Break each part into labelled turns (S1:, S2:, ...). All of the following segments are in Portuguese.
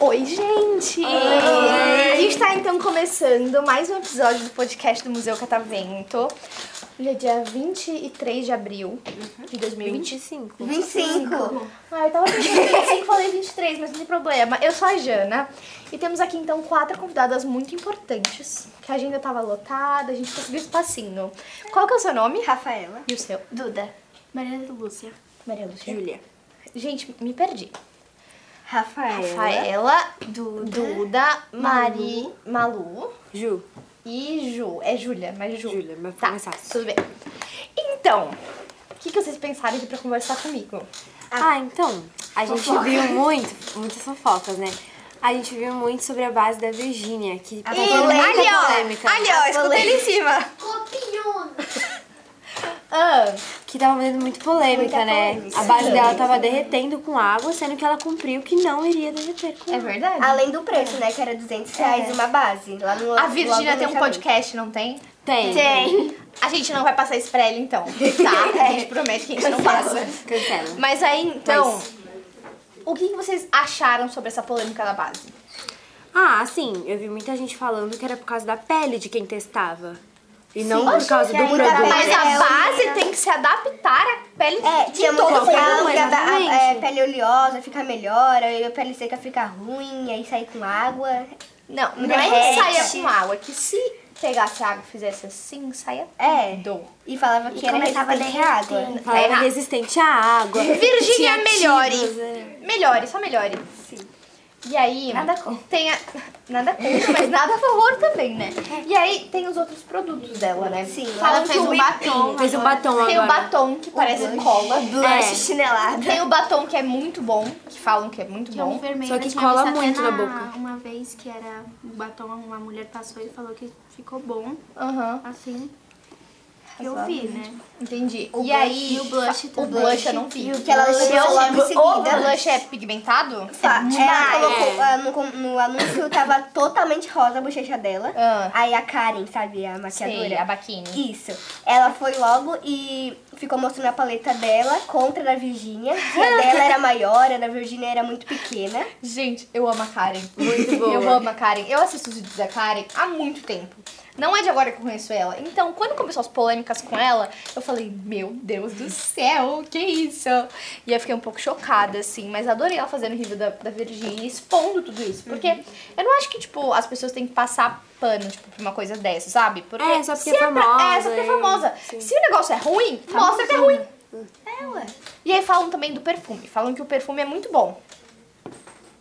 S1: Oi, gente! A gente tá então começando mais um episódio do podcast do Museu Catavento. Hoje é dia 23 de abril de 2020.
S2: 25.
S3: 25.
S1: um. Ah, eu tava pensando em 25 falei 23, mas não tem problema. Eu sou a Jana e temos aqui então quatro convidadas muito importantes. Que a agenda tava lotada, a gente conseguiu espacinho. Qual que é o seu nome?
S3: Rafaela.
S1: E o seu?
S3: Duda.
S2: Maria Lúcia.
S1: Maria Lúcia.
S2: Júlia.
S1: Gente, me perdi.
S3: Rafaela.
S1: Rafaela,
S3: Duda.
S1: Duda, Mari, Malu
S2: Ju.
S1: e Ju. É Júlia, mas Ju.
S2: Júlia, mas
S1: Tá,
S2: tá. mais fácil.
S1: tudo bem. Então, o que, que vocês pensaram aqui pra conversar comigo?
S2: Ah, então. A gente viu muito, muitas fofocas, né? A gente viu muito sobre a base da Virgínia, que tá
S3: polêmica,
S2: muita
S3: ó.
S2: polêmica.
S3: Ali, ó, escuta ele em cima.
S1: Ah,
S2: Que tava fazendo muito polêmica,
S1: Muita
S2: né?
S1: polêmica.
S2: A base
S1: Sim.
S2: dela tava derretendo com água, sendo que ela cumpriu que não iria derreter com
S1: é
S2: água.
S1: verdade.
S3: Além do preço, né? Que era 200 reais uma base. Lá no
S1: É. A
S3: logo
S1: Virgínia
S3: no
S1: tem um
S3: lançamento.
S1: podcast, não tem?
S2: Tem.
S3: Tem.
S1: A gente não vai passar isso pra ela, então, tá? A gente promete que a gente não passa.
S2: Cancela.
S1: Mas aí, então, o que que vocês acharam sobre essa polêmica da base?
S2: Ah, sim. Eu vi muita gente falando que era por causa da pele de quem testava. E não
S3: Sim,
S2: por causa
S3: que
S2: do
S3: ainda
S2: produto.
S3: mais
S1: Mas a
S3: é,
S1: base
S3: olha.
S1: tem que se adaptar à pele
S3: É, tinha
S1: de
S3: muito
S1: todo
S3: falando
S1: mundo.
S3: que a, da- a- é,
S2: exatamente.
S3: pele oleosa fica melhor, aí a pele seca fica ruim, aí sai com água.
S1: Não, não é que
S3: Derrete.
S1: saia com água, é que se pegasse água e fizesse assim, saia
S3: É.
S1: tudo.
S3: E falava que era
S1: começava a
S3: resistente à água.
S2: Falava
S1: errado.
S2: resistente à água.
S1: Virgínia, é
S2: Tinha
S1: melhore.
S2: ativos, é.
S1: Melhore, só melhore.
S3: Sim.
S1: E aí.
S3: Nada contra.
S1: Tem a- Nada contra, mas nada a favor também, né? E aí tem os outros produtos dela, né?
S3: Sim.
S1: Fala
S3: Ela
S1: que
S3: fez
S1: o
S3: um
S1: batom.
S2: Fez um batom
S1: Tem o
S2: agora.
S1: batom que parece
S3: blush.
S1: cola.
S3: Blush
S2: É.
S3: chinelada.
S1: Tem o batom que é muito bom, que falam que é muito
S4: Que é um
S1: bom.
S4: vermelho.
S2: Só que
S4: eu tinha
S2: cola
S4: visto até
S2: muito na boca.
S4: Uma vez que era um batom, uma mulher passou e falou que ficou bom,
S1: Aham,
S4: assim. Que eu vi, né?
S1: entendi.
S3: O
S1: e
S3: blush-
S1: aí.
S4: e o blush
S1: O
S4: também.
S1: blush eu não vi.
S3: E o que ela lançou
S1: O
S3: logo em
S1: blush-
S3: seguida.
S1: O blush é pigmentado?
S3: Fa- Ela
S2: Ah,
S3: colocou,
S2: é.
S3: ah, no, com- no anúncio tava totalmente rosa a bochecha dela.
S1: Ah.
S3: Aí a Karen, sabe, a maquiadora.
S1: Sei, a Baquine.
S3: Isso. Ela foi logo e ficou mostrando a paleta dela contra a da Virgínia. que a dela era maior, a da Virgínia era muito pequena.
S1: Gente, eu amo a Karen.
S2: Muito boa.
S1: Eu amo a Karen. Eu assisto os vídeos da Karen há muito tempo. Não é de agora que eu conheço ela. Então, quando começou as polêmicas com ela, eu falei, meu Deus do céu, que isso? E eu fiquei um pouco chocada, assim, mas adorei ela fazendo review da, da Virgínia, expondo tudo isso. Porque
S2: Uhum.
S1: eu não acho que, tipo, as pessoas têm que passar pano, tipo, pra uma coisa dessa, sabe? Porque
S2: É, só porque
S1: se
S2: é
S1: pra- É,
S2: famosa,
S1: só porque é
S2: é.
S1: famosa. Se o negócio é ruim, mostra que é ruim.
S3: Ela?
S1: E aí falam também do perfume. Falam que o perfume é muito bom.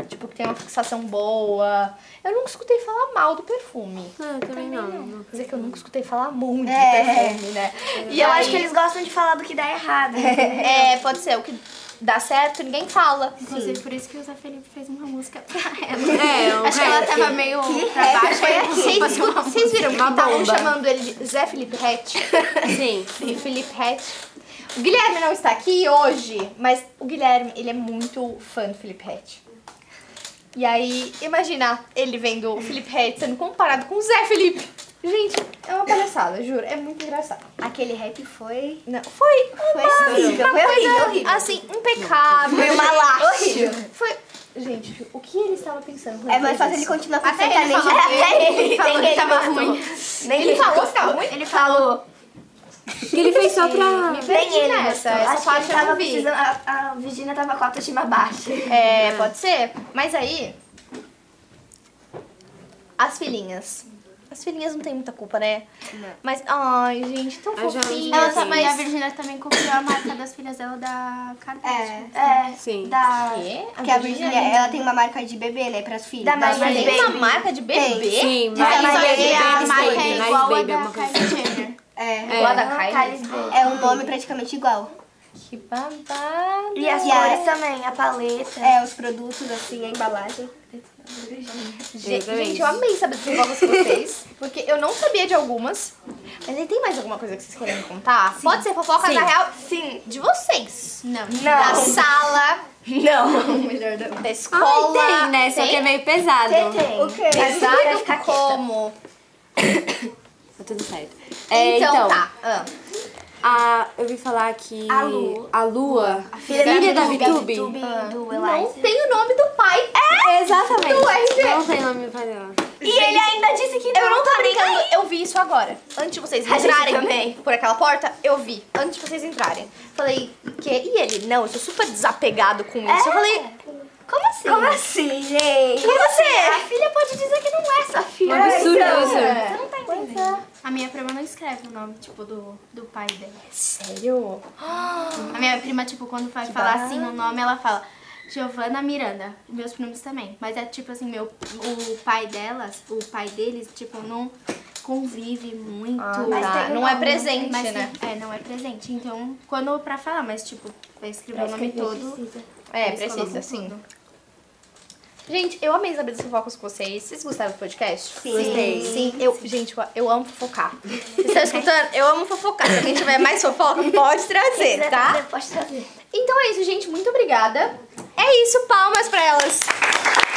S1: Tipo, que tem uma fixação boa. Eu nunca escutei falar mal do perfume.
S2: Ah, também não.
S1: Quer dizer que eu nunca escutei falar muito
S3: É.
S1: do perfume, né? E eu acho que eles...
S3: gostam de falar do que dá errado.
S1: É, pode ser. O que dá certo, ninguém fala.
S4: Inclusive, por isso que o Zé Felipe fez uma música pra ela.
S2: É, um
S4: Acho que ela tá-
S2: rap.
S4: tava meio pra
S3: rap
S4: baixo.
S3: foi
S4: aí
S3: aquele?
S4: ela fez uma
S1: Vocês viram que
S2: Uma
S1: estavam
S2: bomba.
S1: chamando ele de Zé Felipe Rett?
S2: Sim.
S1: E Felipe Rett. O Guilherme não está aqui hoje, mas o Guilherme, ele é muito fã do Felipe Rett. E aí, imagina ele vendo o Felipe Rett sendo comparado com o Zé Felipe. Gente, é uma palhaçada, juro. É muito engraçado.
S3: Aquele rap foi.
S1: Não, foi
S3: Foi horrível.
S1: uma
S3: Foi horrível,
S1: coisa,
S3: horrível.
S1: assim, impecável.
S3: Foi uma
S1: Horrível.
S3: laxa.
S1: Foi... Gente, o que ele estava pensando? quando
S3: É mais
S1: fez
S3: fácil ele
S1: isso?
S3: continuar com
S4: Até ele
S3: sertanejo.
S4: falou que-
S3: Até ele.
S4: ele falou
S3: Nem
S4: que
S3: ele
S4: tava
S3: gostou.
S4: ruim.
S3: Nem
S1: Ele
S3: ele
S1: falou que
S3: gostou.
S1: tava ruim?
S4: Ele falou.
S2: Que ele fez só pra.
S1: Perdi
S3: Nem ele
S1: nessa,
S3: gostou.
S1: essa
S3: Acho que
S1: parte
S3: ele
S1: eu não
S3: tava
S1: vi.
S3: precisando. A, a Virgínia tava com a autoestima baixa.
S1: É,
S3: Uhum.
S1: pode ser. Mas aí. As filhinhas. As filhinhas não tem muita culpa, né?
S3: Não.
S1: Mas, ai, gente, então tão
S2: Eu Ah, já-
S1: fofinha.
S4: Ela tá,
S1: assim.
S4: mas a Virgínia também copiou a marca das filhas dela da Kardashian.
S3: É.
S2: Sim.
S3: Da.
S1: Quê?
S3: Porque a Virgínia,
S1: é
S3: é ela tem uma marca de bebê, né? Pras filhas. Da
S1: Mas
S3: Maria
S1: tem
S3: Baby.
S1: uma marca de bebê?
S2: Sim,
S3: Diz a
S2: mas
S3: Maria
S2: baby,
S3: Baby,
S4: a
S3: Baby
S4: marca
S2: baby,
S4: é
S2: nice
S4: igual a
S2: baby, alguma
S4: da
S2: coisa.
S4: Kylie Jenner.
S3: É.
S1: Lá da
S3: É.
S1: Kylie.
S3: É um nome praticamente igual.
S1: Que babado.
S3: E as cores também, a paleta. É, os produtos, assim, a embalagem.
S1: Gente,
S2: Exatamente.
S1: gente, eu amei saber dos jogos com vocês. Porque eu não sabia de algumas. Mas aí tem mais alguma coisa que vocês querem me contar? Pode ser fofoca
S2: Sim.
S1: na real? Sim. De vocês.
S4: Não.
S1: Da sala,
S3: Não. Melhor não.
S2: Ah,
S1: da escola.
S2: né? Ai, tem, né? Só que é meio é pesado.
S3: O quê?
S1: Pesado como
S2: Tá tudo certo. É, então,
S1: tá. Ah.
S2: a- eu vi falar que
S4: A Lu-
S2: a Lua, a filha, da Vitube. assim.
S3: do
S1: Não
S3: Eliza.
S1: tem o nome do pai.
S2: Exatamente.
S1: Do RG.
S2: Não tem nome pra ela.
S1: E ele ainda disse que Eu não tô brincando. Eu vi isso agora. Antes de vocês entrarem também. por aquela porta, eu vi. Antes de vocês entrarem. Falei, que E ele? Não, eu sou super desapegado com isso. Eu falei, É? como assim?
S3: Como assim, gente?
S1: E você? A filha pode dizer que não é essa
S2: Um
S1: filha.
S2: absurdo
S3: então,
S2: isso.
S1: é.
S4: Não tá entendendo. A minha prima não escreve o nome, tipo, do, do pai dela.
S1: é Sério?
S4: A minha prima, tipo, quando vai falar assim o nome, ela fala Giovana Miranda. Meus primos também. Mas é tipo assim, meu, o pai delas, o pai deles, tipo, não convive muito.
S1: mas tá. tem um Não é nome, né? presente,
S4: Mas,
S1: né?
S4: É, não é presente. Então, quando pra falar, mas tipo, vai escrever o nome todo.
S1: É,
S4: eles
S1: precisa,
S4: colocam
S1: sim.
S4: tudo.
S1: Gente, eu amei saber das fofocas com vocês. Vocês gostaram do podcast?
S3: Sim.
S1: Gostei. Sim, eu, gente, eu, eu amo fofocar. Vocês estão escutando? Eu amo fofocar. Se alguém tiver mais fofoca, pode trazer, tá?
S3: Pode trazer.
S1: Então é isso, gente. Muito obrigada. É isso, palmas pra elas.